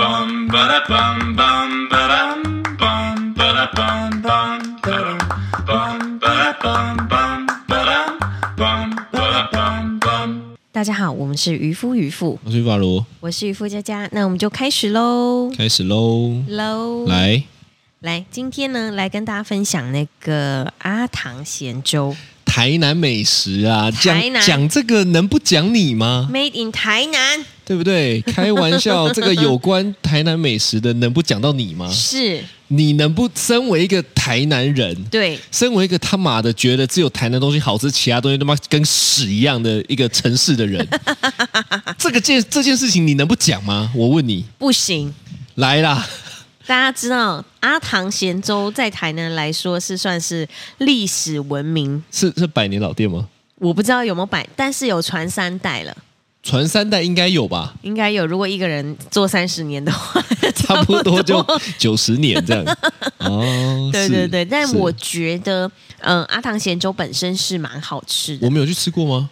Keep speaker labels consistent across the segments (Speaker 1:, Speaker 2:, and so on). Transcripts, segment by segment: Speaker 1: bum ba da bum bum ba dum bum ba da bum bum ba dum bum ba da bum bum ba dum bum ba da bum bum.
Speaker 2: 大家好，我们是渔夫渔妇，
Speaker 3: 我是法罗，
Speaker 2: 我是渔夫佳佳，那我们就开始喽
Speaker 3: 开始喽！
Speaker 2: 喽！
Speaker 3: 来，
Speaker 2: 来，今天呢，来跟大家分享那个阿唐咸粥
Speaker 3: 台南美食啊，讲
Speaker 2: 台南
Speaker 3: 讲这个能不讲你吗？
Speaker 2: ，Made in 台南，
Speaker 3: 对不对？开玩笑，这个有关台南美食的，能不讲到你吗？
Speaker 2: 是
Speaker 3: 你能不身为一个台南人，
Speaker 2: 对，
Speaker 3: 身为一个他妈的觉得只有台南东西好吃，其他东西他妈跟屎一样的一个城市 的人，这个件这件事情你能不讲吗？我问你，
Speaker 2: 不行。
Speaker 3: 来啦，
Speaker 2: 大家知道阿唐咸粥在台南来说是算是历史文明，
Speaker 3: 是是百年老店吗？
Speaker 2: 我不知道有没有摆，但是有传三代了，
Speaker 3: 传三代应该有吧，
Speaker 2: 应该有。如果一个人做三十年的话，
Speaker 3: 差不多
Speaker 2: 多
Speaker 3: 就九十年这样。哦，
Speaker 2: 对
Speaker 3: 是
Speaker 2: 对对，但
Speaker 3: 是
Speaker 2: 我觉得，嗯、阿唐咸粥本身是蛮好吃
Speaker 3: 我
Speaker 2: 的。
Speaker 3: 们有去吃过吗？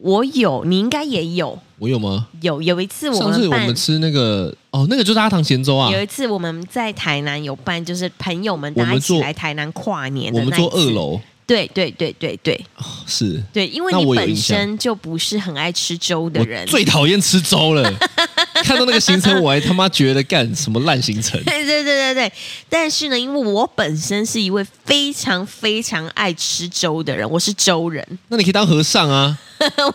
Speaker 2: 我有，你应该也有，
Speaker 3: 我有吗？
Speaker 2: 有有一次我
Speaker 3: 上次
Speaker 2: 们
Speaker 3: 我
Speaker 2: 办
Speaker 3: 们，吃那个哦，那个就是阿唐咸粥啊，
Speaker 2: 有一次我们在台南有办，就是朋友们
Speaker 3: 我
Speaker 2: 大
Speaker 3: 们
Speaker 2: 家一起
Speaker 3: 坐
Speaker 2: 来台南跨年的
Speaker 3: 我们
Speaker 2: 那
Speaker 3: 坐
Speaker 2: 一次
Speaker 3: 二，楼
Speaker 2: 对对对对对
Speaker 3: 是。
Speaker 2: 对，因为
Speaker 3: 那
Speaker 2: 你
Speaker 3: 我有
Speaker 2: 本
Speaker 3: 印象
Speaker 2: 身就不是很爱吃粥的
Speaker 3: 我
Speaker 2: 人，
Speaker 3: 最讨厌吃粥了，看到那个行程我还他妈觉得干什么烂 行程。
Speaker 2: 对对对对对，但是呢，因为我本身是一位非常非常爱吃粥的人，我是粥人。
Speaker 3: 那你可以当和尚 啊，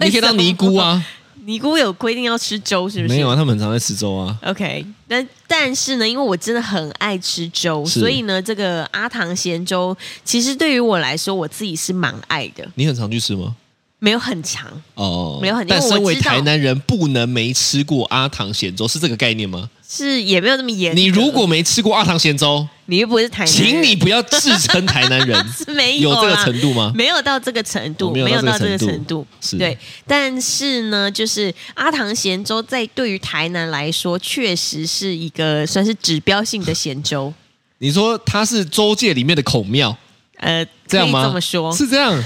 Speaker 3: 你可以当尼姑啊，
Speaker 2: 尼姑有规定要吃粥，是不是？
Speaker 3: 没有啊，他们很常在吃粥啊。
Speaker 2: OK，但但是呢，因为我真的很爱吃粥，
Speaker 3: 是
Speaker 2: 所以呢，这个阿唐咸粥其实对于我来说，我自己是蛮爱的，
Speaker 3: 你很常去吃吗？
Speaker 2: 没有很长，
Speaker 3: 哦，
Speaker 2: 没有很因为
Speaker 3: 但
Speaker 2: 我
Speaker 3: 身为
Speaker 2: 知道
Speaker 3: 台南人，不能没吃过阿唐咸粥，是这个概念吗？
Speaker 2: 是也没有那么严格。
Speaker 3: 你如果没吃过阿唐咸粥，
Speaker 2: 你又不是台南人，，
Speaker 3: 请你不要自称台南人
Speaker 2: 是没
Speaker 3: 有
Speaker 2: 啦
Speaker 3: 这个程度吗？
Speaker 2: 没有到这个程度，
Speaker 3: 哦
Speaker 2: 没
Speaker 3: 没
Speaker 2: 有
Speaker 3: 有
Speaker 2: 到
Speaker 3: 到
Speaker 2: 这
Speaker 3: 这
Speaker 2: 个
Speaker 3: 个程度
Speaker 2: 程度，
Speaker 3: 是
Speaker 2: 对。但是呢，就是阿唐咸粥在对于台南来说，确实是一个算是指标性的咸粥，
Speaker 3: 你说他是粥界里面的孔庙，
Speaker 2: 呃，
Speaker 3: 这样
Speaker 2: 可以
Speaker 3: 吗？
Speaker 2: 这么说，
Speaker 3: 是这样。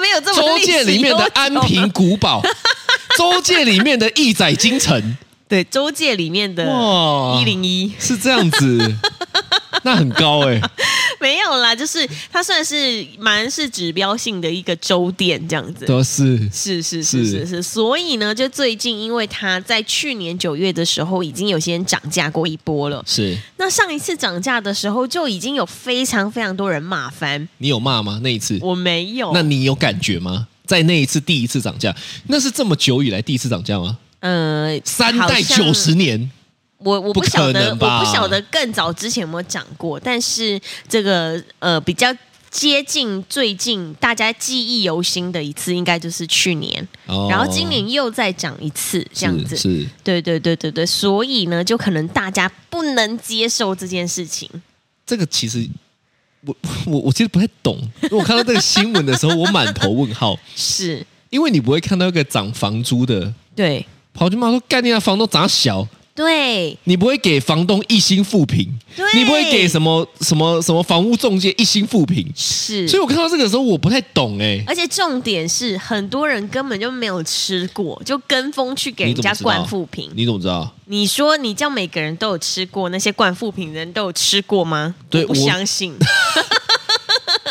Speaker 2: 没有这么
Speaker 3: 州
Speaker 2: 历史
Speaker 3: 界里面的
Speaker 2: 悠久
Speaker 3: 安平，古 堡，州界里面的义载京城，
Speaker 2: 对，州界里面的
Speaker 3: 哇
Speaker 2: 呃一零一
Speaker 3: 是这样子，那很高哎、
Speaker 2: 没有啦，就是它算是蛮是指标性的一个州店这样子。
Speaker 3: 都是
Speaker 2: 是是是
Speaker 3: 是
Speaker 2: 是是，所以呢，就最近因为它在去年九月的时候已经有些人涨价过一波了，
Speaker 3: 是。
Speaker 2: 那上一次涨价的时候，就已经有非常非常多人骂翻，
Speaker 3: 你有骂吗？那一次？
Speaker 2: 我没有。
Speaker 3: 那你有感觉吗？在那一次第一次涨价，那是这么久以来第一次涨价吗？
Speaker 2: 呃，
Speaker 3: 三
Speaker 2: 好
Speaker 3: 代
Speaker 2: 像
Speaker 3: 九十，年，
Speaker 2: 我我不
Speaker 3: 不
Speaker 2: 晓
Speaker 3: 可
Speaker 2: 得，
Speaker 3: 能
Speaker 2: 我
Speaker 3: 吧
Speaker 2: 不晓得更早之前有没有涨过，但是这个呃比较接近最近大家记忆犹新的一次，应该就是去年，
Speaker 3: 哦
Speaker 2: 然后今年又再涨一次，这样子。
Speaker 3: 是是
Speaker 2: 对对对对对，所以呢，就可能大家不能接受这件事情。
Speaker 3: 这个其实。我 我我其实不太懂，因为我看到这个新闻的时候，我满头问号，
Speaker 2: 是，
Speaker 3: 因为你不会看到一个涨房租的
Speaker 2: 对
Speaker 3: 跑去骂说概念啊，房东咋小，
Speaker 2: 对
Speaker 3: 你不会给房东一星复评，
Speaker 2: 对，
Speaker 3: 你不会给什么什么什么房屋中介一星复评，
Speaker 2: 是，
Speaker 3: 所以我看到这个时候我不太懂哎、
Speaker 2: 而且重点是，很多人根本就没有吃过，就跟风去给人家灌负评。你
Speaker 3: 你怎么知道？
Speaker 2: 说你叫每个人都有吃过，那些灌负评的人都有吃过吗？
Speaker 3: 对
Speaker 2: 我不
Speaker 3: 我
Speaker 2: 相 信，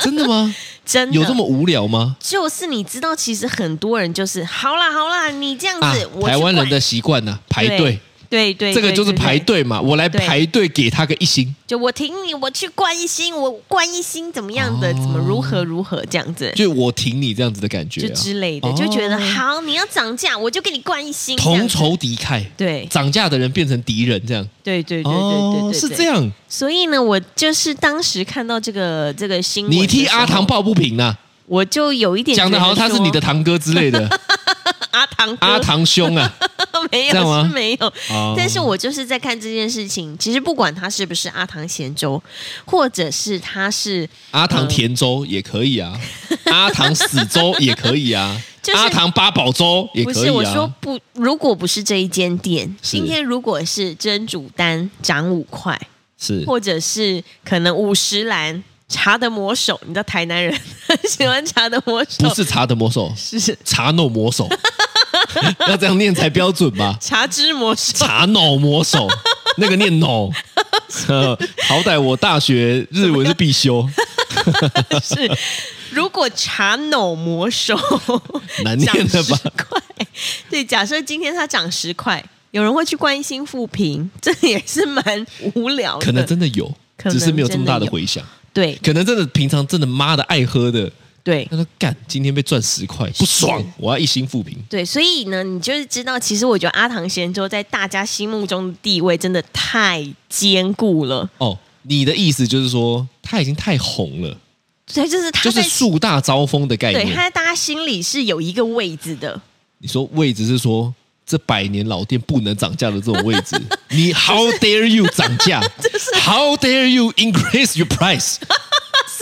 Speaker 3: 真的吗？
Speaker 2: 真的
Speaker 3: 有这么无聊吗？
Speaker 2: 就是你知道，其实很多人就是好啦好啦，你这样子，
Speaker 3: 啊，
Speaker 2: 我去
Speaker 3: 台湾人
Speaker 2: 灌
Speaker 3: 的习惯呢，排队，
Speaker 2: 对对，对
Speaker 3: 这个就是排，
Speaker 2: 对对
Speaker 3: 队嘛，我来
Speaker 2: 对
Speaker 3: 排队给他个一星，
Speaker 2: 就我挺你，我去灌一星，我灌一星怎么样的，
Speaker 3: 哦
Speaker 2: 怎么如何如何这样子，
Speaker 3: 就我挺你这样子的感觉、
Speaker 2: 就
Speaker 3: 啊，
Speaker 2: 之类的，
Speaker 3: 哦
Speaker 2: 就觉得好，你要涨价，我就给你灌一星，这样
Speaker 3: 同
Speaker 2: 子
Speaker 3: 仇敌忾，
Speaker 2: 对
Speaker 3: 涨价的人变成敌人这样，
Speaker 2: 对对对对对对，对嗯
Speaker 3: 哦，是这样，
Speaker 2: 所以呢，我就是当时看到这个这个新闻，
Speaker 3: 你替阿唐，抱不平呐、
Speaker 2: 我就有一点
Speaker 3: 讲的好像他是你的
Speaker 2: 觉
Speaker 3: 堂哥之类的，
Speaker 2: 得说 阿唐哥
Speaker 3: 阿唐兄啊。
Speaker 2: 嗯没
Speaker 3: 这样
Speaker 2: 有
Speaker 3: 吗
Speaker 2: 是没有，
Speaker 3: 哦
Speaker 2: 但是我就是在看这件事情。其实不管他是不是阿唐咸粥，或者是他是
Speaker 3: 阿唐甜粥也可 以啊，阿唐死粥也可以啊，
Speaker 2: 就是
Speaker 3: 阿唐八宝粥也
Speaker 2: 不
Speaker 3: 可
Speaker 2: 是我
Speaker 3: 以
Speaker 2: 说
Speaker 3: 啊。
Speaker 2: 不，如果不是这一间店，
Speaker 3: 是
Speaker 2: 今天如果是蒸煮单涨五块，
Speaker 3: 是
Speaker 2: 或者是可能五十兰茶的魔手，你知道台南人 喜欢茶的魔手，
Speaker 3: 不是茶的魔手？
Speaker 2: 是
Speaker 3: 茶脑 魔 手，要这样念才标准吧？
Speaker 2: 茶之魔手。
Speaker 3: 茶脑魔手，那个念 no，呃好歹我大学日文是必修，
Speaker 2: 是，如果茶脑魔手
Speaker 3: 难
Speaker 2: 涨
Speaker 3: 念的
Speaker 2: 十
Speaker 3: 吧？
Speaker 2: 块，对，假设今天它涨十块，有人会去关心复评，这也是蛮无聊的。
Speaker 3: 可能真的有，
Speaker 2: 可能
Speaker 3: 只是没有这么大
Speaker 2: 真的
Speaker 3: 的
Speaker 2: 有
Speaker 3: 回响。
Speaker 2: 对
Speaker 3: 可能真的平常真的妈的爱喝的，
Speaker 2: 对
Speaker 3: 他说干，今天被赚十块，不爽，我要一星复评。
Speaker 2: 对，所以呢，你就是知道，其实我觉得阿唐贤周在大家心目中的地位真的太坚固了，
Speaker 3: 哦，你的意思就是说他已经太红了，
Speaker 2: 所以就是他
Speaker 3: 就
Speaker 2: 在
Speaker 3: 是树大招风的概
Speaker 2: 对他
Speaker 3: 念。
Speaker 2: 在大家心里是有一个位置的。
Speaker 3: 你说位置是说这百年老店不能涨价的这种位 置，你 How dare you 涨 价？How dare you increase your price？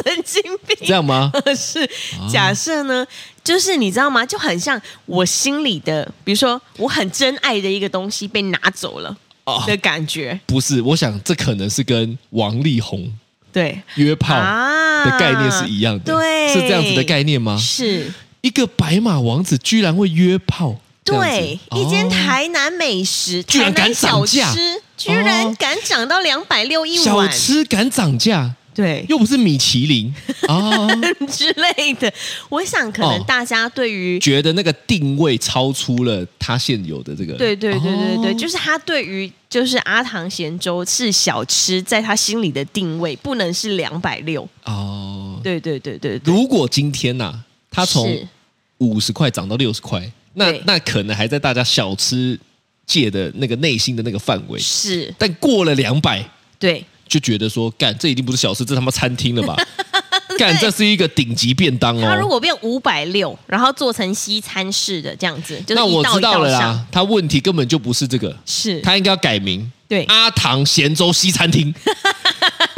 Speaker 2: 神经
Speaker 3: 这
Speaker 2: 病。
Speaker 3: 样吗？
Speaker 2: 是
Speaker 3: 啊
Speaker 2: 假设呢，就是你知道吗？就很像我心里的，比如说我很珍爱的一个东西被拿走了
Speaker 3: 哦
Speaker 2: 的感觉，
Speaker 3: 不是，我想这可能是跟王力宏
Speaker 2: 对，
Speaker 3: 约炮
Speaker 2: 啊
Speaker 3: 的概念是一样的，
Speaker 2: 对
Speaker 3: 是这样子的概念吗？
Speaker 2: 是
Speaker 3: 一个白马王子居然会约炮，这样子
Speaker 2: 对一间、
Speaker 3: 哦
Speaker 2: 台南美食，
Speaker 3: 居然
Speaker 2: 台南
Speaker 3: 敢涨
Speaker 2: 小
Speaker 3: 价
Speaker 2: 吃，居然
Speaker 3: 哦
Speaker 2: 敢涨到两百六一
Speaker 3: 小
Speaker 2: 碗，
Speaker 3: 吃敢涨价，
Speaker 2: 对，
Speaker 3: 又不是米其林 哦，
Speaker 2: 之类的。我想可能
Speaker 3: 哦
Speaker 2: 大家对于、
Speaker 3: 觉得那个定位超出了他现有的这个，
Speaker 2: 对对对对对，
Speaker 3: 哦
Speaker 2: 就是他对于就是阿唐咸粥是小吃，在他心里的定位不能是两百六。
Speaker 3: 哦。
Speaker 2: 对对对对对，
Speaker 3: 如果今天呐、他
Speaker 2: 是
Speaker 3: 从五十块涨到六十块，那
Speaker 2: 对
Speaker 3: 那可能还在大家小吃界的那个内心的那个范围，
Speaker 2: 是，
Speaker 3: 但过了两百，
Speaker 2: 对
Speaker 3: 就觉得说，干这一定不是小吃，这他妈餐厅 了吧？干这是一个顶级便当哦。
Speaker 2: 他如果变五百六，然后做成西餐式的这样子，就是
Speaker 3: 那
Speaker 2: 一
Speaker 3: 我
Speaker 2: 道
Speaker 3: 知
Speaker 2: 一
Speaker 3: 道
Speaker 2: 道
Speaker 3: 了
Speaker 2: 上
Speaker 3: 啦，，他问题根本就不是这个，
Speaker 2: 是
Speaker 3: 他应该要改名
Speaker 2: 对
Speaker 3: 阿唐咸粥西 餐厅，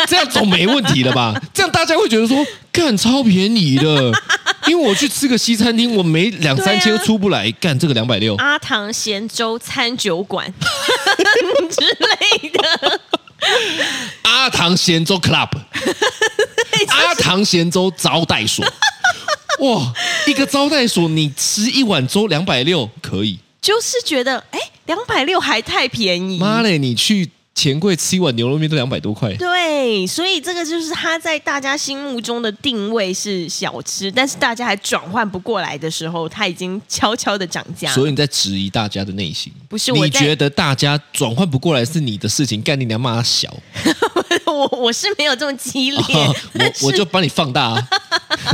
Speaker 3: 这样总没问题了吧？这样大家会觉得说，干超便宜的，因为我去吃个西餐厅，我没两
Speaker 2: 对啊啊
Speaker 3: 三千出不来，干这个两百六，
Speaker 2: 阿唐咸粥餐酒 馆之类的，
Speaker 3: 阿唐咸 粥 club，阿唐咸粥招待所，哇，一个招待所你吃一碗粥两百六可以。
Speaker 2: 就是觉得哎，两百六还太便宜。
Speaker 3: 妈嘞，你去钱柜吃一碗牛肉面都两百多块，
Speaker 2: 对，所以这个就是他在大家心目中的定位是小吃，但是大家还转换不过来的时候，他已经悄悄的涨价了。
Speaker 3: 所以你在质疑大家的内心。
Speaker 2: 不是我
Speaker 3: 你
Speaker 2: 在
Speaker 3: 觉得大家转换不过来是你的事情，干你娘骂 他小，
Speaker 2: 我我是没有这么激烈，
Speaker 3: 啊
Speaker 2: 但是
Speaker 3: 我我就帮你放大、啊。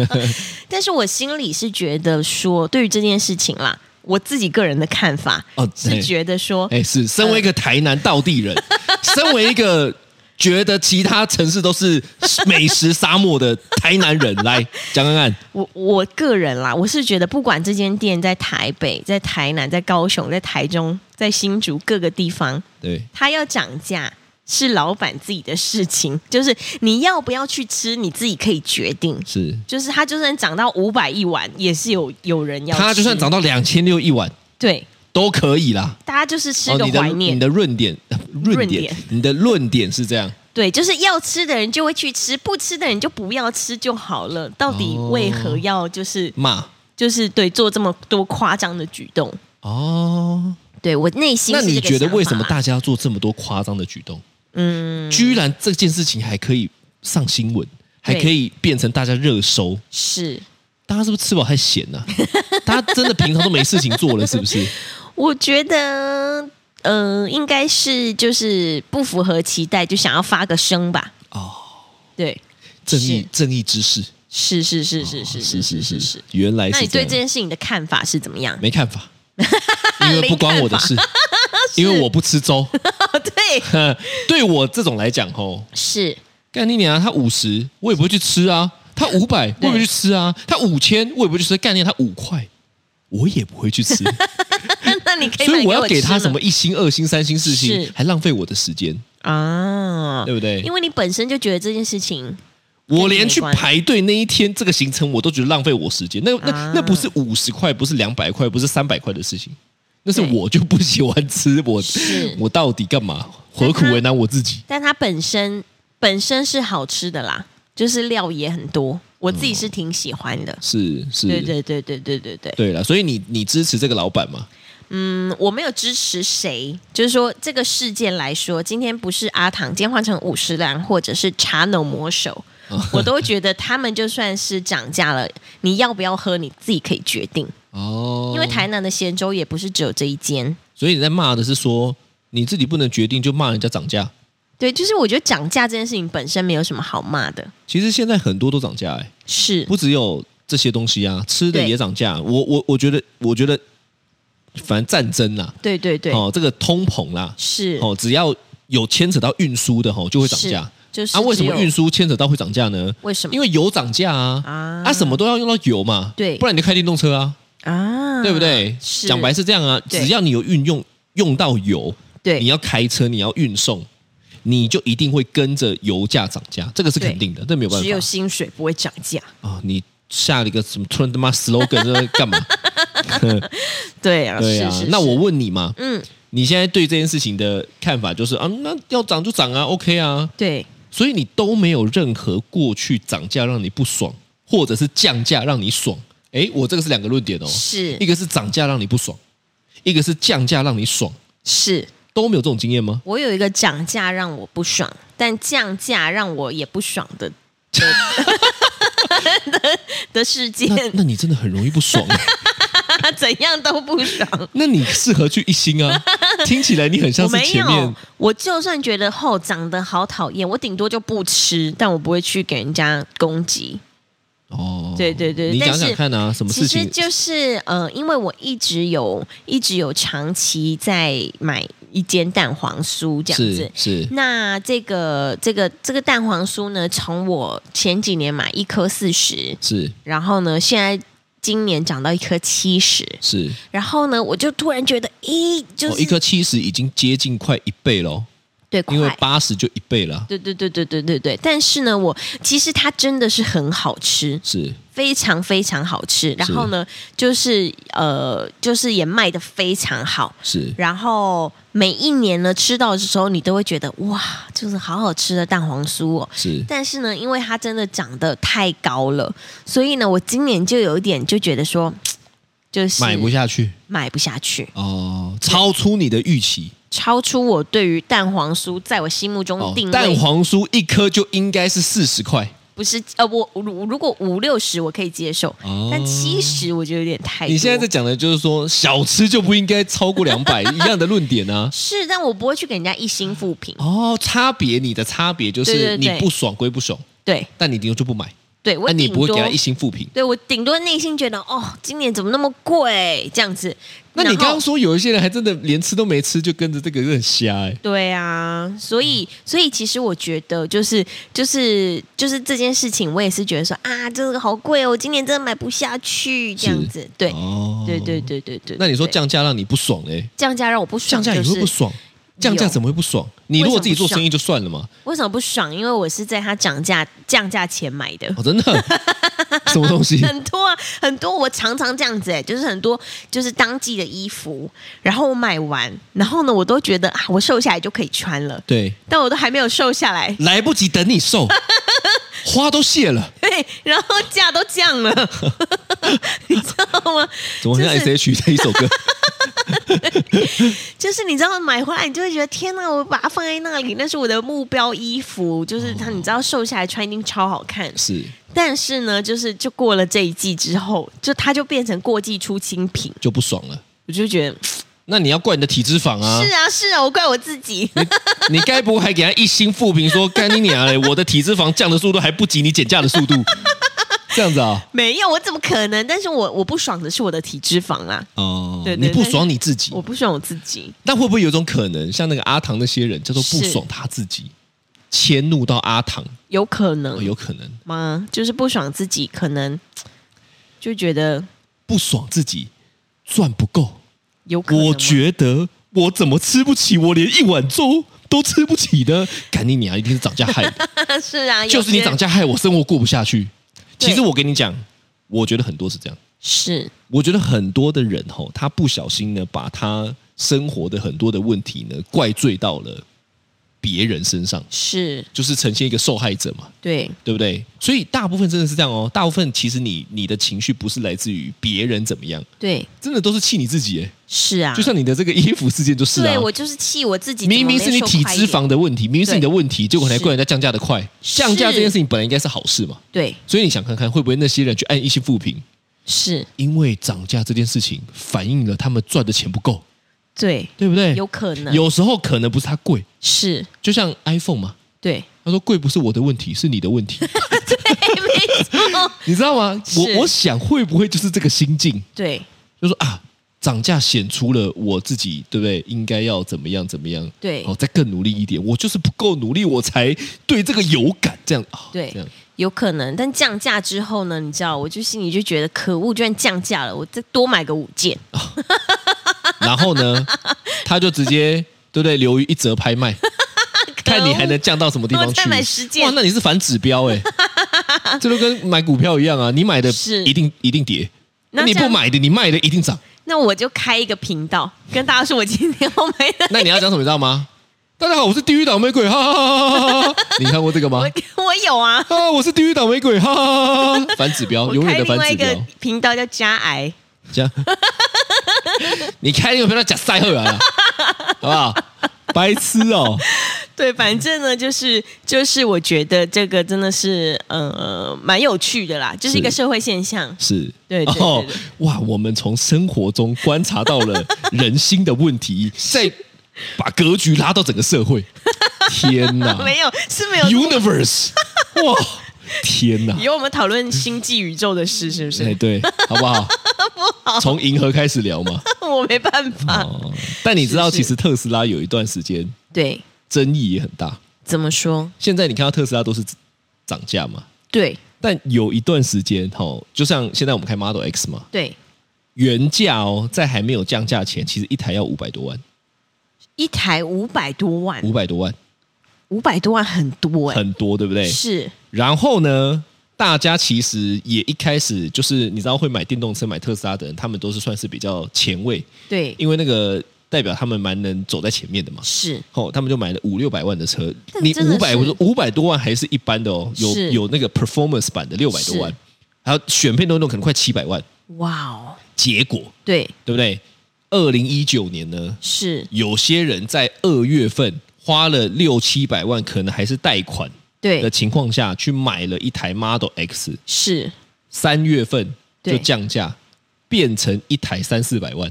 Speaker 2: 但是我心里是觉得说，对于这件事情啦，我自己个人的看法、
Speaker 3: 哦
Speaker 2: 是
Speaker 3: 对
Speaker 2: 觉得说，
Speaker 3: 哎，是，身为一个台南道 地人，身为一个觉得其他城市都是美食沙漠的台南人，来讲看看。
Speaker 2: 我我个人啦，我是觉得不管这间店在台北、在台南、在高雄、在台中、在新竹各个地方，
Speaker 3: 对，
Speaker 2: 它要涨价是老板自己的事情，就是你要不要去吃，你自己可以决定。
Speaker 3: 是，
Speaker 2: 就是它就算涨到五百一碗，也是有有人要吃。
Speaker 3: 他就算涨到两千六一碗
Speaker 2: 对，
Speaker 3: 都可以啦。哦
Speaker 2: 大家就是吃个
Speaker 3: 你的
Speaker 2: 怀念。
Speaker 3: 你的论点， 呃论
Speaker 2: 论
Speaker 3: 点
Speaker 2: 点，
Speaker 3: 你的论点是这样。
Speaker 2: 对，就是要吃的人就会去吃，不吃的人就不要吃就好了。到底为何要就是、
Speaker 3: 骂
Speaker 2: 就是对做这么多夸张的举动？
Speaker 3: 哦。
Speaker 2: 对我内心
Speaker 3: 那
Speaker 2: 是
Speaker 3: 你
Speaker 2: 这个
Speaker 3: 觉得
Speaker 2: 想
Speaker 3: 为什么
Speaker 2: 法
Speaker 3: 大家要做这么多夸张的举动？嗯，居然这件事情还可以上新闻，还可以变成大家热搜，
Speaker 2: 是？
Speaker 3: 大家是不是吃饱太闲 了、大家真的平常都没事情做了，是不是？
Speaker 2: 我觉得，呃，应该是就是不符合期待，就想要发个声吧。
Speaker 3: 哦，
Speaker 2: 对，
Speaker 3: 正义正义之士
Speaker 2: 是是是
Speaker 3: 哦
Speaker 2: 是是是是是是。，
Speaker 3: 原来
Speaker 2: 那
Speaker 3: 是
Speaker 2: 你对
Speaker 3: 样
Speaker 2: 这件事情的看法是怎么样？
Speaker 3: 没看 法，因为不关我的事， 因为我不吃粥。
Speaker 2: 对，
Speaker 3: 对我这种来讲，吼，
Speaker 2: 是
Speaker 3: 干你娘！他五十，我也不会去吃啊；他五百，我也不会去吃啊；他五千，我也不会去吃。干你娘！他五块，我也不会去 吃。
Speaker 2: 那你可以
Speaker 3: 所
Speaker 2: 买
Speaker 3: 以我要
Speaker 2: 我
Speaker 3: 给
Speaker 2: 吃
Speaker 3: 他
Speaker 2: 吗
Speaker 3: 什么一星、二星、三星、四
Speaker 2: 是
Speaker 3: 星，还浪费我的时间，
Speaker 2: 啊？
Speaker 3: 对不对
Speaker 2: 因？为你本身就觉得这件事情
Speaker 3: 我连去
Speaker 2: 跟你没关
Speaker 3: 排队那一天这个行程，我都觉得浪费我时间。那那、
Speaker 2: 啊
Speaker 3: 那不是五十块，不是两百块，不是三百块的事情，那是
Speaker 2: 对
Speaker 3: 我就不喜欢吃，我
Speaker 2: 是
Speaker 3: 我到底干嘛？何苦为难我自己？
Speaker 2: 但它本身本身是好吃的啦，就是料也很多，我自己是挺喜欢的。
Speaker 3: 是是，
Speaker 2: 对对对对对对对，
Speaker 3: 对了，所以你你支持这个老板吗？
Speaker 2: 嗯，我没有支持谁，就是说这个事件来说，今天不是阿唐，今天换成五十岚或者是茶农魔手，
Speaker 3: 哦
Speaker 2: 我都觉得他们就算是涨价了，你要不要喝你自己可以决定，
Speaker 3: 哦，
Speaker 2: 因为台南的咸粥也不是只有这一间。
Speaker 3: 所以你在骂的是说你自己不能决定就骂人家涨价，
Speaker 2: 对，就是我觉得涨价这件事情本身没有什么好骂的，
Speaker 3: 其实现在很多都涨价哎、
Speaker 2: 是
Speaker 3: 不只有这些东西啊，吃的
Speaker 2: 对
Speaker 3: 也涨价。我我我觉得，我觉得，反正战争啦，
Speaker 2: 对对对，
Speaker 3: 哦，这个通膨啦，
Speaker 2: 是
Speaker 3: 哦，只要有牵扯到运输的哦吼，就会涨
Speaker 2: 是
Speaker 3: 价。
Speaker 2: 就是
Speaker 3: 啊，为什么
Speaker 2: 只有
Speaker 3: 运输牵扯到会涨价呢？
Speaker 2: 为什么
Speaker 3: 因为油涨价啊，
Speaker 2: 啊
Speaker 3: 啊，什么都要用到油嘛，
Speaker 2: 对
Speaker 3: 不然你就开电动车啊，
Speaker 2: 啊？
Speaker 3: 对不对？
Speaker 2: 是
Speaker 3: 讲白是这样啊，
Speaker 2: 对
Speaker 3: 只要你有运用用到油，
Speaker 2: 对，
Speaker 3: 你要开车，你要运送，你就一定会跟着油价涨价，这个是
Speaker 2: 对
Speaker 3: 肯定的，这没有办法。
Speaker 2: 只有薪水不会涨价，
Speaker 3: 啊，你下了一个什么突然他妈 slogan 这是 干嘛？
Speaker 2: 对啊，
Speaker 3: 对啊，
Speaker 2: 是是
Speaker 3: 那
Speaker 2: 是
Speaker 3: 我问你嘛，
Speaker 2: 嗯，
Speaker 3: 你现在对这件事情的看法就是啊，那要涨就涨啊，OK 啊，
Speaker 2: 对，
Speaker 3: 所以你都没有任何过去涨价让你不爽，或者是降价让你爽。诶，我这个是两个论点哦，
Speaker 2: 是
Speaker 3: 一个是涨价让你不爽，一个是降价让你爽，
Speaker 2: 是。
Speaker 3: 都没有这种经验吗？
Speaker 2: 我有一个涨价让我不爽，但降价让我也不爽的的 的的事件
Speaker 3: 那，那你真的很容易不爽、啊
Speaker 2: 他怎样都不爽。
Speaker 3: 那你适合去一 星啊，听起来你很 像
Speaker 2: 我
Speaker 3: 是
Speaker 2: 没
Speaker 3: 前
Speaker 2: 有
Speaker 3: 面，
Speaker 2: 我就算觉得后长得好讨厌，我顶多就不吃，但我不会去给人家攻击。
Speaker 3: 哦，
Speaker 2: 对对对
Speaker 3: 你
Speaker 2: 但
Speaker 3: 讲讲
Speaker 2: 是
Speaker 3: 看啊，什么
Speaker 2: 其
Speaker 3: 事
Speaker 2: 实
Speaker 3: 情
Speaker 2: 就是呃，因为我一直有一直有长期在买一间蛋黄酥这样子
Speaker 3: 是。是
Speaker 2: 那这个这个这个蛋黄酥呢，从我前几年买一颗四十，
Speaker 3: 是
Speaker 2: 然后呢，现在今年涨到一颗七十，
Speaker 3: 是，
Speaker 2: 然后呢，我就突然觉得，咦，就是、
Speaker 3: 哦，一颗七十已经接近快一倍喽，
Speaker 2: 对
Speaker 3: 因为
Speaker 2: 快。
Speaker 3: 八十就一倍了，
Speaker 2: 对对对对对对对，但是呢，我其实它真的是很好吃，
Speaker 3: 是
Speaker 2: 非常非常好吃。然后呢，就是呃，就是也卖的非常好。
Speaker 3: 是
Speaker 2: 然后每一年呢，吃到的时候，你都会觉得哇，就是好好吃的蛋黄酥哦。
Speaker 3: 是，
Speaker 2: 但是呢，因为它真的长得太高了，所以呢，我今年就有一点就觉得说，就是
Speaker 3: 买不下去
Speaker 2: 买不下去，
Speaker 3: 哦，超出你的预期
Speaker 2: 超出我对于蛋黄酥在我心目中
Speaker 3: 哦
Speaker 2: 嗯定，位。
Speaker 3: 蛋黄酥一颗就应该是四十块，
Speaker 2: 不是呃，我如如果五六十我可以接受，
Speaker 3: 哦
Speaker 2: 但七十我觉得有点太多。
Speaker 3: 你现在在讲的就是说小吃就不应该超过两 百一样的论点啊。
Speaker 2: 是，但我不会去给人家一心复评。
Speaker 3: 哦，差别你的差别就
Speaker 2: 对
Speaker 3: 是
Speaker 2: 对
Speaker 3: 你
Speaker 2: 对
Speaker 3: 不爽归不爽，
Speaker 2: 对
Speaker 3: 但你顶多就不买，
Speaker 2: 对，我
Speaker 3: 那啊你
Speaker 2: 顶
Speaker 3: 不会
Speaker 2: 多
Speaker 3: 给他一星负评。
Speaker 2: 对我顶多内心觉得哦，今年怎么那么贵这样子。
Speaker 3: 那你
Speaker 2: 然后
Speaker 3: 刚刚说有一些人还真的连吃都没吃就跟着这个有点瞎哎、
Speaker 2: 对啊，所以
Speaker 3: 嗯
Speaker 2: 所以其实我觉得就是就是就是这件事情，我也是觉得说啊，这个好贵哦，我今年真的买不下去这样子。对、
Speaker 3: 哦
Speaker 2: 对对对对对。
Speaker 3: 那你说
Speaker 2: 对
Speaker 3: 降价让你不爽嘞、
Speaker 2: 降价让我不爽、
Speaker 3: 降
Speaker 2: 就
Speaker 3: 价
Speaker 2: 是，
Speaker 3: 你会不爽？降价怎么会不爽？你如果自己做生意就算了嘛。
Speaker 2: 为什么不爽？因为我是在它涨价降价前买的。
Speaker 3: 哦，真的，什么东西？
Speaker 2: 很多啊，很多，我常常这样子哎、就是很多就是当季的衣服，然后我买完，然后呢，我都觉得啊，我瘦下来就可以穿了，
Speaker 3: 对，
Speaker 2: 但我都还没有瘦下来，
Speaker 3: 来不及等 你瘦，花都谢了，
Speaker 2: 对，然后价都降 了，你知道吗？
Speaker 3: 怎么很像
Speaker 2: 就是
Speaker 3: S H 的一首歌？
Speaker 2: 就是你知道买回来，你就会觉得天哪，我把它放在那里，那是我的目标衣服，就是它，你知道瘦下来穿一定超好看，
Speaker 3: 是，
Speaker 2: 但是呢，就是就过了这一季之后，就它就变成过季出清品，
Speaker 3: 就不爽了。
Speaker 2: 我就觉得、
Speaker 3: 那你要怪你的体脂肪啊！
Speaker 2: 是啊是啊，我怪我自己，
Speaker 3: 你该不会还给他一星负评说干你娘嘞？我的体脂肪降的速度还不及你减价 的速度，这样子啊？
Speaker 2: 没有，我怎么可能？但是我我不爽的是我的体脂肪啦，
Speaker 3: 哦
Speaker 2: 对，对
Speaker 3: 你不爽你自己
Speaker 2: 我，不爽我自己，
Speaker 3: 但会不会有一种可能，像那个阿唐那些人叫做不
Speaker 2: 是
Speaker 3: 爽他自己，迁怒到阿唐，
Speaker 2: 有可
Speaker 3: 哦
Speaker 2: 能
Speaker 3: 有可能。
Speaker 2: 吗？就是不爽自己，可能就觉得
Speaker 3: 不爽自己赚不够。
Speaker 2: 有可能吗。
Speaker 3: 我觉得我怎么吃不起？我连一碗粥都吃不起呢？赶你娘，一定是涨价害 的，
Speaker 2: 是啊，有
Speaker 3: 就是你
Speaker 2: 些
Speaker 3: 涨价害我生活过不下去。
Speaker 2: 对
Speaker 3: 其实我跟你讲，我觉得很多是这样。
Speaker 2: 是
Speaker 3: 我觉得很多的人吼、他不小心呢，把他生活的很多的问题呢，怪罪到了别人身上，
Speaker 2: 是
Speaker 3: 就是呈现一个受害者嘛，
Speaker 2: 对，
Speaker 3: 对不对？所以大部分真的是这样哦，大部分其实你你的情绪不是来自于别人怎么样，
Speaker 2: 对，
Speaker 3: 真的都是气你自己哎。
Speaker 2: 是啊，
Speaker 3: 就像你的这个衣服事件就是啊
Speaker 2: 对，我就是气我自己，
Speaker 3: 明明是你体脂
Speaker 2: 肪，
Speaker 3: 肪的问题，明明是你的问题，结果还怪人家降价的快。
Speaker 2: 是
Speaker 3: 降价这件事情本来应该是好事嘛，
Speaker 2: 对，
Speaker 3: 所以你想看看会不会那些人去按一星负评，
Speaker 2: 是
Speaker 3: 因为涨价这件事情反映了他们赚的钱不够，
Speaker 2: 对，
Speaker 3: 对不对？
Speaker 2: 有可能
Speaker 3: 哎有时候可能不是它贵，
Speaker 2: 是，
Speaker 3: 就像 iPhone 嘛，
Speaker 2: 对，
Speaker 3: 他说贵不是我的问题，是你的问 题，
Speaker 2: 没 错，
Speaker 3: 你知道吗？
Speaker 2: 是
Speaker 3: 我我想会不会就是这个心境，
Speaker 2: 对
Speaker 3: 就说啊，涨价显出了我自己，对不对？应该要怎么样怎么样？
Speaker 2: 对
Speaker 3: 哦，再更努力一点。我就是不够努力，我才对这个有感。这样啊，
Speaker 2: 对
Speaker 3: 这样，
Speaker 2: 有可能。但降价之后呢，你知道，我就心里就觉得可恶，居然降价了，我再多买个五件，
Speaker 3: 然后呢， 他就直接对不对，留于一折 拍卖， 看你还能降到什么地方
Speaker 2: 我
Speaker 3: 去
Speaker 2: 再。买十件
Speaker 3: 哇，那你是反指标 哎、这就跟买股票一样啊，你买的
Speaker 2: 是
Speaker 3: 一定一定跌，
Speaker 2: 那
Speaker 3: 那你
Speaker 2: 这
Speaker 3: 不
Speaker 2: 样
Speaker 3: 买的，你卖的一定涨。
Speaker 2: 那我就开一个频道，跟大家说我今天我买的，
Speaker 3: 那你要讲什么，你知道吗？大家好，我是地狱倒霉鬼，哈哈哈哈哈哈！ 你看过这个吗？
Speaker 2: 我我有啊，
Speaker 3: 啊，我是地狱倒霉鬼，哈哈哈哈！ 反指标，
Speaker 2: 我
Speaker 3: 哦永远
Speaker 2: 开
Speaker 3: 的
Speaker 2: 另
Speaker 3: 反
Speaker 2: 外一
Speaker 3: 指标
Speaker 2: 个，频道叫加癌，
Speaker 3: 这样。 你开那个频道假赛后 啊，好不好？白痴哦，
Speaker 2: 对，反正呢，就是就是，我觉得这个真的是呃蛮有趣的啦，就是一个
Speaker 3: 是
Speaker 2: 社会现象。
Speaker 3: 是，
Speaker 2: 对对对
Speaker 3: 哦
Speaker 2: 对，
Speaker 3: 哇，我们从生活中观察到了人心的问题，再把格局拉到整个社 会。天哪
Speaker 2: 没有，是没有。
Speaker 3: ，Universe，哇，天哪！
Speaker 2: 以后我们讨论星际宇宙的事，是不
Speaker 3: 哎，
Speaker 2: 是？
Speaker 3: 对，好不好？从银河开始聊嘛。
Speaker 2: 我没办法。
Speaker 3: 哦，但你知道，
Speaker 2: 是是
Speaker 3: 其实特斯拉有一段时间
Speaker 2: 对，
Speaker 3: 争议也很大。
Speaker 2: 怎么说？
Speaker 3: 现在你看到特斯拉都是涨价嘛，
Speaker 2: 对
Speaker 3: 但有一段时间哈、哦，就像现在我们开 Model X 嘛，
Speaker 2: 对，
Speaker 3: 原价哦，在还没有降价前，其实一台要五百多万，
Speaker 2: 一台五百多万，
Speaker 3: 五百多万
Speaker 2: 五百多万很多哎、
Speaker 3: 很多，欸对不对？
Speaker 2: 是
Speaker 3: 然后呢，大家其实也一开始就是你知道会买电动车、买特斯拉的人，他们都是算是比较前卫，
Speaker 2: 对，
Speaker 3: 因为那个代表他们蛮能走在前面的嘛。
Speaker 2: 是
Speaker 3: 哦，他们就买了五六百万的车，
Speaker 2: 这
Speaker 3: 你
Speaker 2: 真的
Speaker 3: 五百
Speaker 2: 是
Speaker 3: 五百多万还是一般的哦，有
Speaker 2: 是
Speaker 3: 有那个 performance 版的六百多万
Speaker 2: 是，
Speaker 3: 还有选配都弄可能快七百万，
Speaker 2: 哇哦，
Speaker 3: 结果
Speaker 2: 对，
Speaker 3: 对不对？二零一九年呢，
Speaker 2: 是
Speaker 3: 有些人在二月份花了六七百万，可能还是贷款的
Speaker 2: 对，
Speaker 3: 情况下去买了一台 Model X，
Speaker 2: 是
Speaker 3: 三月份就
Speaker 2: 对
Speaker 3: 降价，变成一台三四百万。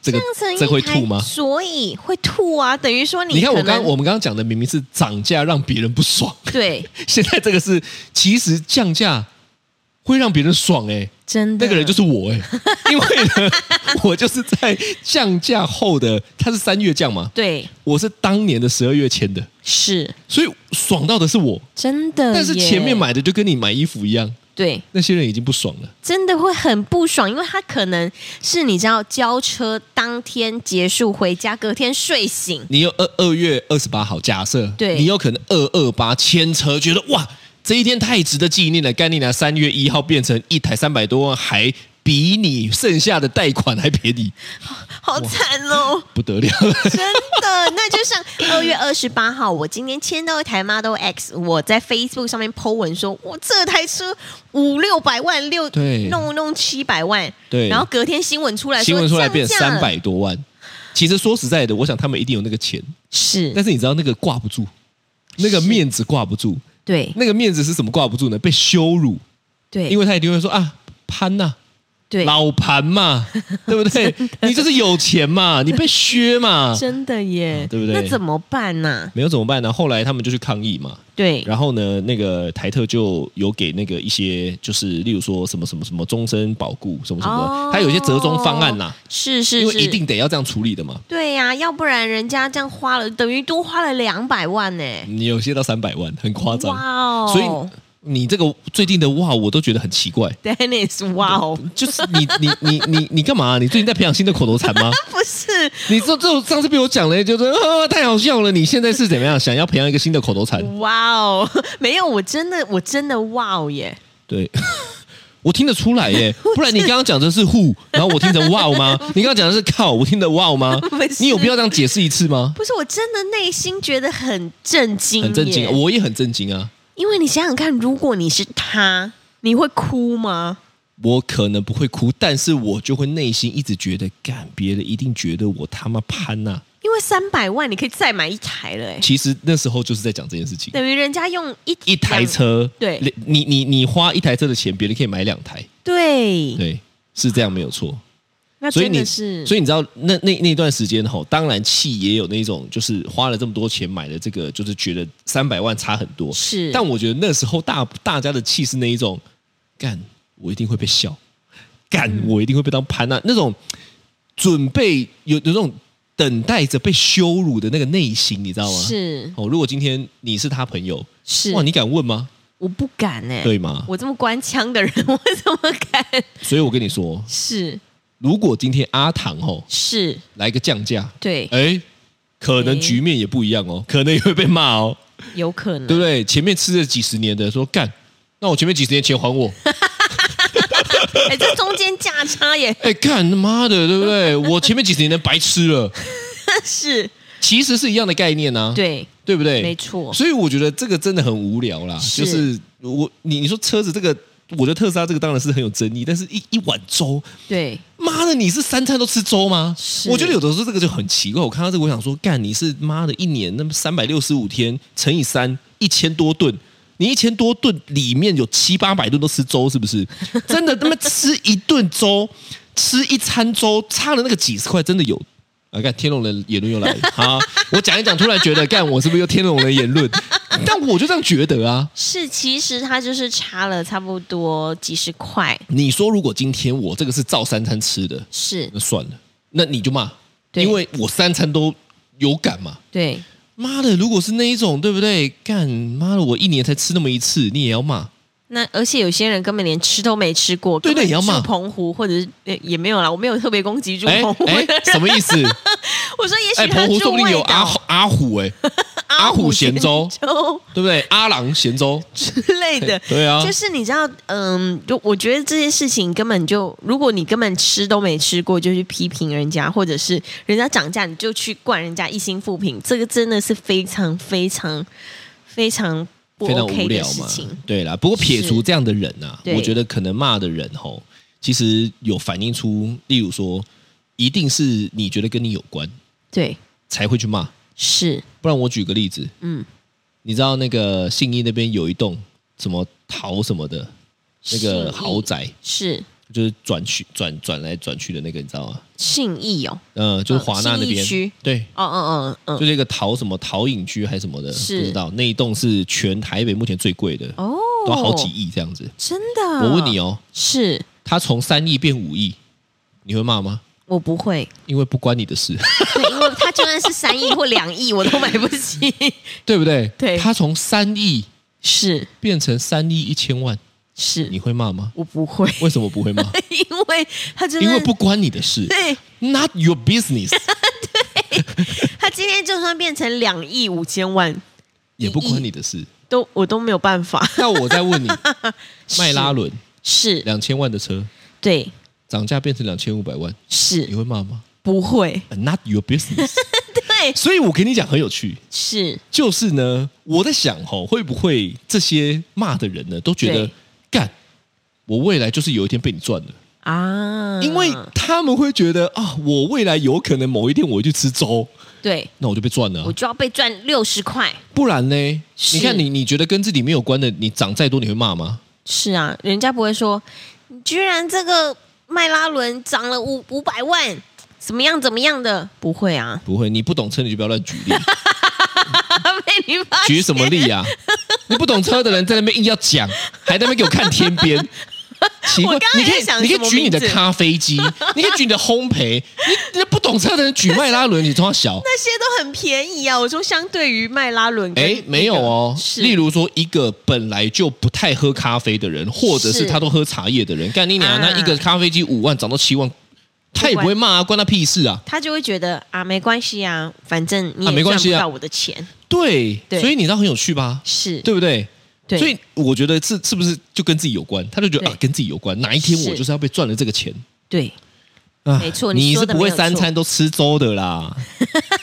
Speaker 3: 这个
Speaker 2: 降成一
Speaker 3: 这会
Speaker 2: 台
Speaker 3: 吐吗？
Speaker 2: 所以会吐啊，等于说你
Speaker 3: 你看我
Speaker 2: 可能
Speaker 3: 刚我们刚刚讲的明明是涨价让别人不爽，
Speaker 2: 对，
Speaker 3: 现在这个是其实降价会让别人爽哎、
Speaker 2: 真的
Speaker 3: 那个人就是 我哎、因为呢， 我就是在降价后的，他是三月降嘛，
Speaker 2: 对，
Speaker 3: 我是当年的十二月签的，
Speaker 2: 是
Speaker 3: 所以爽到的是我，
Speaker 2: 真的嗯耶，
Speaker 3: 但是前面买的就跟你买衣服一样，
Speaker 2: 对，
Speaker 3: 那些人已经不爽了。
Speaker 2: 真的会很不爽，因为他可能是你知道交车当天结束回家，隔天睡醒，
Speaker 3: 你有二二月二十八号，假设
Speaker 2: 对
Speaker 3: 你有可能二二八牵车，觉得哇，这一天太值得纪念了。干你拿三月一号变成一台三百多万，还比你剩下的贷款还便宜，
Speaker 2: 好惨哦，
Speaker 3: 不得了。
Speaker 2: 真的。那就 像二月二十八号，我今天签到一台 Model X，我在 Facebook 上面 po 文说，我这台车五六百万，六
Speaker 3: 对
Speaker 2: 弄弄七百万，
Speaker 3: 对
Speaker 2: 然后隔天新闻出来说，
Speaker 3: 新闻出来变
Speaker 2: 降价了
Speaker 3: 三，百多万，其实说实在的，我想他们一定有那个钱，但
Speaker 2: 是
Speaker 3: 是你知道那个挂不住，那个
Speaker 2: 是
Speaker 3: 面子挂不住，
Speaker 2: 对
Speaker 3: 那个面子是什么挂不住呢？被羞辱，
Speaker 2: 对，
Speaker 3: 因
Speaker 2: 为
Speaker 3: 为他一定会说啊，潘呐、
Speaker 2: 对
Speaker 3: 老盘嘛，对不 对？你就是有钱嘛，你被削嘛，
Speaker 2: 真的耶，
Speaker 3: 嗯对不对
Speaker 2: 那怎么办呢、
Speaker 3: 没有怎么办呢？后来他们就去抗议嘛，
Speaker 2: 对
Speaker 3: 然后呢，那个台特就有给那个一些，就是例如说什么什么什么终身保固什么什么
Speaker 2: 哦
Speaker 3: 的，他有一些折中方案啦，
Speaker 2: 是是
Speaker 3: 因为
Speaker 2: 是，
Speaker 3: 一定得要这样处理的嘛。
Speaker 2: 对呀、要不然人家这样花了，等于多花了两百万呢、
Speaker 3: 你有些到三百万，很夸张
Speaker 2: 哇。哦！
Speaker 3: 所以你这个最近的哇，我都觉得很奇怪。
Speaker 2: Dennis，哇 哦，
Speaker 3: 就是你你你你你干嘛、你最近在培养新的口头禅吗？
Speaker 2: 不是
Speaker 3: 你这这上次被我讲了，就是啊太好笑了。你现在是怎么样？想要培养一个新的口头禅？
Speaker 2: 哇哦，没有，我真的我真的哇哦耶！
Speaker 3: 对， 我听得出来耶，不然你刚刚讲的是 who，然后我听成 wow 吗？你刚刚讲的是 cow，我听得 wow 吗
Speaker 2: 不是？
Speaker 3: 你有必要这样解释一次吗？
Speaker 2: 不是，我真的内心觉得很震惊，
Speaker 3: 很震惊，，我也很震惊啊！
Speaker 2: 因为你想想看，如果你是他，你会哭吗？
Speaker 3: 我可能不会哭，但是我就会内心一直觉得，干别人一定觉得我他妈攀呐、
Speaker 2: 因为三百万你可以再买一台了、欸，
Speaker 3: 其实那时候就是在讲这件事情，
Speaker 2: 等于人家用一
Speaker 3: 一台，车，
Speaker 2: 对
Speaker 3: 你你你花一台车的钱，别人可以买两台，
Speaker 2: 对，
Speaker 3: 对，是这样没有错。
Speaker 2: 那
Speaker 3: 所以
Speaker 2: 真
Speaker 3: 你
Speaker 2: 的是，
Speaker 3: 所以你知道那那那段时间吼，当然气也有那种，就是花了这么多钱买了这个，就是觉得三百万差很多。
Speaker 2: 是
Speaker 3: 但我觉得那时候大大家的气是那一种，干我一定会被笑，
Speaker 2: 嗯
Speaker 3: 干我一定会被当潘娜、那种准备有有那种等待着被羞辱的那个内心，你知道吗？
Speaker 2: 是
Speaker 3: 哦，如果今天你是他朋友，
Speaker 2: 是，
Speaker 3: 哇，你敢问吗？
Speaker 2: 我不敢哎、
Speaker 3: 对吗？
Speaker 2: 我这么官腔的人， 我怎么敢？
Speaker 3: 所以我跟你说，
Speaker 2: 是
Speaker 3: 如果今天阿唐吼
Speaker 2: 是，
Speaker 3: 来个降价，
Speaker 2: 对，
Speaker 3: 哎，可能
Speaker 2: 诶
Speaker 3: 局面也不一样哦，可能也会被骂哦，
Speaker 2: 有可能，
Speaker 3: 对不对？前面吃了几十年的，说干，那我前面几十年钱还我，
Speaker 2: 哎、这中间价差也
Speaker 3: 哎，干他妈的，对不对？我前面几十年的白吃了，
Speaker 2: 是，
Speaker 3: 其实是一样的概念啊，
Speaker 2: 对，
Speaker 3: 对不对？
Speaker 2: 没错
Speaker 3: 所以我觉得这个真的很无聊啦，
Speaker 2: 是
Speaker 3: 就是我你你说车子这个，我觉得特斯拉这个当然是很有争议，但是一一碗粥。
Speaker 2: 对，
Speaker 3: 妈的，你是三餐都吃粥吗？
Speaker 2: 是
Speaker 3: 我觉得有的时候这个就很奇怪。我看到这个，我想说，干你是妈的，一年那么三百六十五天乘以三，一千多顿。你一千多顿里面有七八百顿都吃粥，是不是？真的他妈吃一顿粥， 吃一餐粥，差了那个几十块，真的有。啊，看天龙人言论又来了。好，我讲一讲，突然觉得，干我是不是又天龙人言论？但我就这样觉得啊。
Speaker 2: 是，其实他就是差了差不多几十块，
Speaker 3: 你说，如果今天我这个是照三餐吃的，
Speaker 2: 是
Speaker 3: 那算了，那你就骂，
Speaker 2: 对
Speaker 3: 因为我三餐都有感嘛。
Speaker 2: 对，
Speaker 3: 妈的，如果是那一种，对不对？干妈的，我一年才吃那么一次，你也要骂？
Speaker 2: 那而且有些人根本连吃都没吃过，
Speaker 3: 对
Speaker 2: 根本
Speaker 3: 那也要骂
Speaker 2: 住澎湖或者是呃也没有啦，我没有特别攻击住
Speaker 3: 哎
Speaker 2: 澎湖。
Speaker 3: 哎，什么意思？
Speaker 2: 我说也
Speaker 3: 哎，
Speaker 2: 许他
Speaker 3: 澎湖
Speaker 2: 住
Speaker 3: 说不定有
Speaker 2: 外
Speaker 3: 阿虎
Speaker 2: 岛，
Speaker 3: 阿虎 哎、阿虎咸粥，
Speaker 2: 粥
Speaker 3: 对不对？阿郎咸粥，。
Speaker 2: 之类的
Speaker 3: 对啊
Speaker 2: 就是你知道，嗯，就我觉得这些事情根本就，如果你根本吃都没吃过，就去批评人家，或者是人家涨价你就去灌人家一心复评，这个真的是非常非常非常不
Speaker 3: 非常无
Speaker 2: OK 的
Speaker 3: 聊
Speaker 2: 事
Speaker 3: 嘛
Speaker 2: 情。。
Speaker 3: 对啦，不过撇除
Speaker 2: 是
Speaker 3: 这样的人啊，
Speaker 2: 对
Speaker 3: 我觉得可能骂的人吼，其实有反映出，例如说，一定是你觉得跟你有关
Speaker 2: 对，
Speaker 3: 才会去骂。
Speaker 2: 是，
Speaker 3: 不然我举个例子，
Speaker 2: 嗯，
Speaker 3: 你知道那个信义那边有一栋什么陶什么的那
Speaker 2: 信义
Speaker 3: 个豪宅，
Speaker 2: 是
Speaker 3: 就是转去转转来转去的那个，你知道吗？
Speaker 2: 信义哦，
Speaker 3: 呃，就是华纳那
Speaker 2: 信义
Speaker 3: 边，
Speaker 2: 区
Speaker 3: 对，
Speaker 2: 哦哦哦，嗯，
Speaker 3: 就是一个陶什么陶影居还是什么的，
Speaker 2: 是
Speaker 3: 不知道那一栋是全台北目前最贵的，
Speaker 2: 哦，嗯
Speaker 3: 都啊好几，亿这样子。
Speaker 2: 真的。啊
Speaker 3: 我问你，哦，
Speaker 2: 是
Speaker 3: 它从三亿变五亿，你会骂吗？
Speaker 2: 我不会，
Speaker 3: 因为不关你的事，
Speaker 2: 对，因为他就算是三亿或两亿，我都买不 起。
Speaker 3: 对不对？
Speaker 2: 对
Speaker 3: 它从三亿
Speaker 2: 是
Speaker 3: 变成三亿一千万，
Speaker 2: 是
Speaker 3: 你，会骂吗？
Speaker 2: 我不会，
Speaker 3: 为什么 不会骂？
Speaker 2: 因为他真的
Speaker 3: 因为不关你的事
Speaker 2: 对，
Speaker 3: ，Not your business，
Speaker 2: 他今天就算变成两亿五千万，
Speaker 3: 也不关你的事。
Speaker 2: 都我都没有办法。
Speaker 3: 那我 再问你，迈拉伦
Speaker 2: 是，
Speaker 3: 两千万的车
Speaker 2: 对，
Speaker 3: 涨价变成两千五百万，你
Speaker 2: 是
Speaker 3: 会骂吗呃
Speaker 2: 不会，
Speaker 3: ？Not your business。
Speaker 2: 对，
Speaker 3: 所以我跟你讲很有趣，
Speaker 2: 是
Speaker 3: 就是呢，我在想吼，会不会这些骂的人呢，都觉得
Speaker 2: 对
Speaker 3: 干，我未来就是有一天被你赚了。
Speaker 2: 啊，
Speaker 3: 因为他们会觉得啊，我未来有可能某一天我会去吃粥，
Speaker 2: 对
Speaker 3: 那我就被赚了啊、
Speaker 2: 我就要被赚六十块。
Speaker 3: 不然呢？
Speaker 2: 是
Speaker 3: 你看你，你觉得跟自己没有关的，你涨再多你会骂吗？
Speaker 2: 是啊，人家不会说，你居然这个迈拉伦涨了五五百万，怎么样怎么样的，不会啊，
Speaker 3: 不会，你不懂车你就不要乱举例，
Speaker 2: 被你发
Speaker 3: 举什么例啊？你不懂车的人在那边硬要讲，还在那边给我看 天边。奇怪
Speaker 2: 我刚，刚
Speaker 3: 你
Speaker 2: 也
Speaker 3: 可
Speaker 2: 在想
Speaker 3: 以你可
Speaker 2: 什么
Speaker 3: 以举你的
Speaker 2: 名字
Speaker 3: 咖啡 机，你可以举你的烘焙，你你不懂车的人举迈拉伦，你从小
Speaker 2: 那些都很便宜啊！我说相对于迈拉伦跟那个，
Speaker 3: 哎没有哦。
Speaker 2: 是
Speaker 3: 例如说，一个本来就不太喝咖啡的人，或者是
Speaker 2: 是
Speaker 3: 他都喝茶叶的人，干你娘！
Speaker 2: 啊
Speaker 3: 那一个咖啡机五万涨到七万，他也不会骂啊，关他屁事啊。
Speaker 2: 他就会觉得啊，没关系啊，反正你
Speaker 3: 啊没
Speaker 2: 也
Speaker 3: 关
Speaker 2: 赚
Speaker 3: 系
Speaker 2: 不
Speaker 3: 啊
Speaker 2: 到我的钱，
Speaker 3: 对，
Speaker 2: 对
Speaker 3: 所以你知道很有趣吧？
Speaker 2: 是
Speaker 3: 对不对？
Speaker 2: 对，
Speaker 3: 所以我觉得是是不是就跟自己有关？他就觉得
Speaker 2: 对
Speaker 3: 啊，跟自己有关。哪一天我
Speaker 2: 是
Speaker 3: 就是要被赚了这个钱
Speaker 2: 对，
Speaker 3: 啊？
Speaker 2: 没错你
Speaker 3: 你
Speaker 2: 说
Speaker 3: 是
Speaker 2: 的
Speaker 3: 不会
Speaker 2: 没有
Speaker 3: 三
Speaker 2: 错
Speaker 3: 餐都吃粥的啦。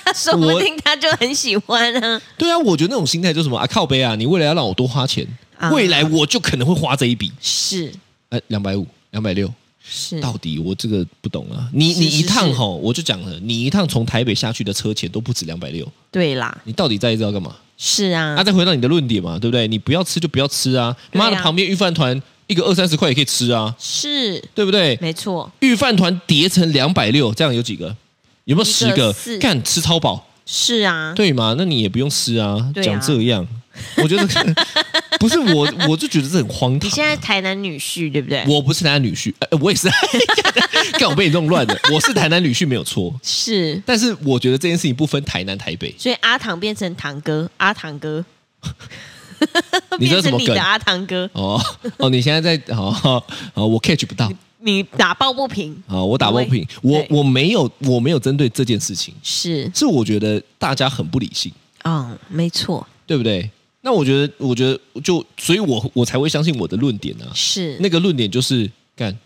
Speaker 2: 他说不定他就很喜欢啊。
Speaker 3: 对啊，我觉得那种心态就是什么啊，靠背啊，你为了要让我多花钱，
Speaker 2: 啊
Speaker 3: 未来我就可能会花这一笔，
Speaker 2: 是
Speaker 3: 哎，两百五、两百六，
Speaker 2: 是，
Speaker 3: 到底我这个不懂啊。你
Speaker 2: 是
Speaker 3: 你
Speaker 2: 是
Speaker 3: 一趟
Speaker 2: 是
Speaker 3: 吼，我就讲了，你一趟从台北下去的车钱都不止两百六，
Speaker 2: 对啦，
Speaker 3: 你到底在这要干嘛？
Speaker 2: 是啊，
Speaker 3: 啊，再回到你的论点嘛，对不对？你不要吃就不要吃啊，
Speaker 2: 对啊
Speaker 3: 妈的，旁边御饭团一个二三十块也可以吃啊，
Speaker 2: 是
Speaker 3: 对不对？
Speaker 2: 没错，
Speaker 3: 御饭团叠成两百六，这样有几个？有没有十
Speaker 2: 一个四
Speaker 3: 干吃超饱，
Speaker 2: 是啊，
Speaker 3: 对嘛？那你也不用吃啊，
Speaker 2: 对啊
Speaker 3: 讲这样，我觉得 不是我，我就觉得这很荒唐啊、
Speaker 2: 你现在台南女婿对不对？
Speaker 3: 我不是台南女婿，呃、我也是， 干我被你弄乱了。我是台南女婿没有错，
Speaker 2: 是，
Speaker 3: 但是我觉得这件事情不分台南台北，
Speaker 2: 所以阿唐变成堂哥，阿唐哥，
Speaker 3: 你这
Speaker 2: 变
Speaker 3: 是什
Speaker 2: 成
Speaker 3: 么
Speaker 2: 你
Speaker 3: 梗
Speaker 2: 的？阿唐哥，
Speaker 3: 哦哦，你现在在哦哦，我 catch 不到
Speaker 2: 你打抱不平
Speaker 3: 啊、哦，我打抱不平，
Speaker 2: 我
Speaker 3: 我
Speaker 2: 对
Speaker 3: 我没有我没有针对这件事情，
Speaker 2: 是，
Speaker 3: 是我觉得大家很不理性。
Speaker 2: 嗯，没错，
Speaker 3: 对不对？那我觉得，我觉得就，所以我我才会相信我的论点啊。
Speaker 2: 是
Speaker 3: 那个论点就是，干，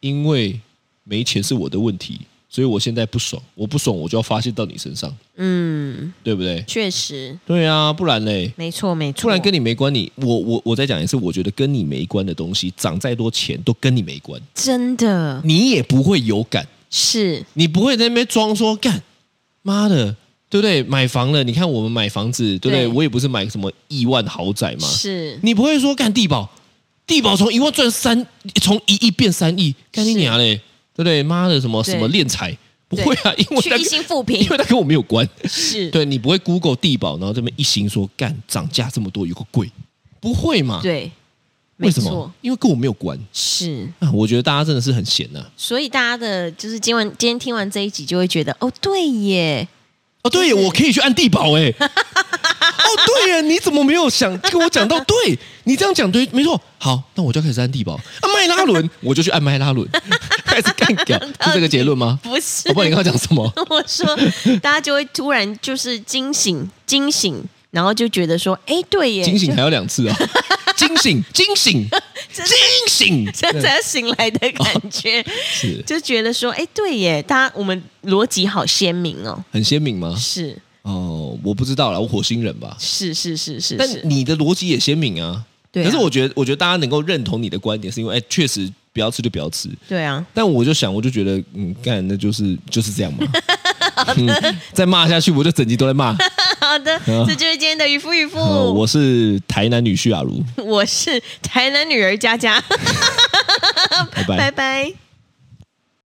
Speaker 3: 因为没钱是我的问题，所以我现在不爽，我不爽我就要发泄到你身上，
Speaker 2: 嗯，
Speaker 3: 对不对？
Speaker 2: 确实，
Speaker 3: 对啊，不然嘞，
Speaker 2: 没错，没错，
Speaker 3: 不然跟你没关你，我我我再讲一次，我觉得跟你没关的东西，涨再多钱都跟你没关，
Speaker 2: 真的
Speaker 3: 你也不会有感，
Speaker 2: 是
Speaker 3: 你不会在那边装说干，妈的。对不对？买房了，你看我们买房子，对不对？
Speaker 2: 对
Speaker 3: 我也不是买什么亿万豪宅嘛，
Speaker 2: 是
Speaker 3: 你不会说干地保，地保从一万赚三，从一亿变三亿，干你
Speaker 2: 是
Speaker 3: 娘嘞，对不对？妈的，什么
Speaker 2: 对
Speaker 3: 什么敛财，不
Speaker 2: 对
Speaker 3: 会啊，因为
Speaker 2: 去
Speaker 3: 它
Speaker 2: 一心复评
Speaker 3: 因为它跟我没有关，
Speaker 2: 是，
Speaker 3: 对你不会 Google 地保，然后这边一心说干涨价这么多有个贵，不会嘛？
Speaker 2: 对，没
Speaker 3: 为什
Speaker 2: 错
Speaker 3: 么？，因为跟我没有关
Speaker 2: 是，
Speaker 3: 啊！我觉得大家真的是很闲呐、啊。
Speaker 2: 所以大家的就是今晚今天听完这一集就会觉得哦，对耶，
Speaker 3: 哦，对耶，
Speaker 2: 就是
Speaker 3: 我可以去按地 保哎。哦，对耶，你怎么没有想跟我讲到？对你这样讲对，没错。好，那我就开始按地保，按麦拉 伦，我就去按麦拉伦，开始干掉，是这个结论吗？
Speaker 2: 不是
Speaker 3: 我不知道你刚刚讲什么。
Speaker 2: 我说，大家就会突然就是惊醒，惊醒，然后就觉得说，哎，对耶，
Speaker 3: 惊醒还有 两次啊！惊醒，惊醒，
Speaker 2: 这
Speaker 3: 惊醒，
Speaker 2: 这才醒来的感觉，
Speaker 3: 哦是
Speaker 2: 就觉得说，哎，对耶，大家我们逻辑好鲜明哦，
Speaker 3: 很鲜明吗？
Speaker 2: 是
Speaker 3: 哦，我不知道啦，我火星人吧。
Speaker 2: 是是是是
Speaker 3: 但
Speaker 2: 是，
Speaker 3: 你的逻辑也鲜明啊。
Speaker 2: 对啊
Speaker 3: 可是我觉得，我觉得大家能够认同你的观点，是因为哎，确实不要吃就不要吃。
Speaker 2: 对 啊，
Speaker 3: 但我就想，我就觉得，嗯，干，那就是就是这样嘛。嗯再骂下去，我就整集都在骂。
Speaker 2: 好的，这就是今天的渔夫渔夫，
Speaker 3: 呃我是台南女 婿阿如，
Speaker 2: 我是台南女儿佳佳，
Speaker 3: 拜
Speaker 2: 拜
Speaker 3: 拜。
Speaker 2: 拜。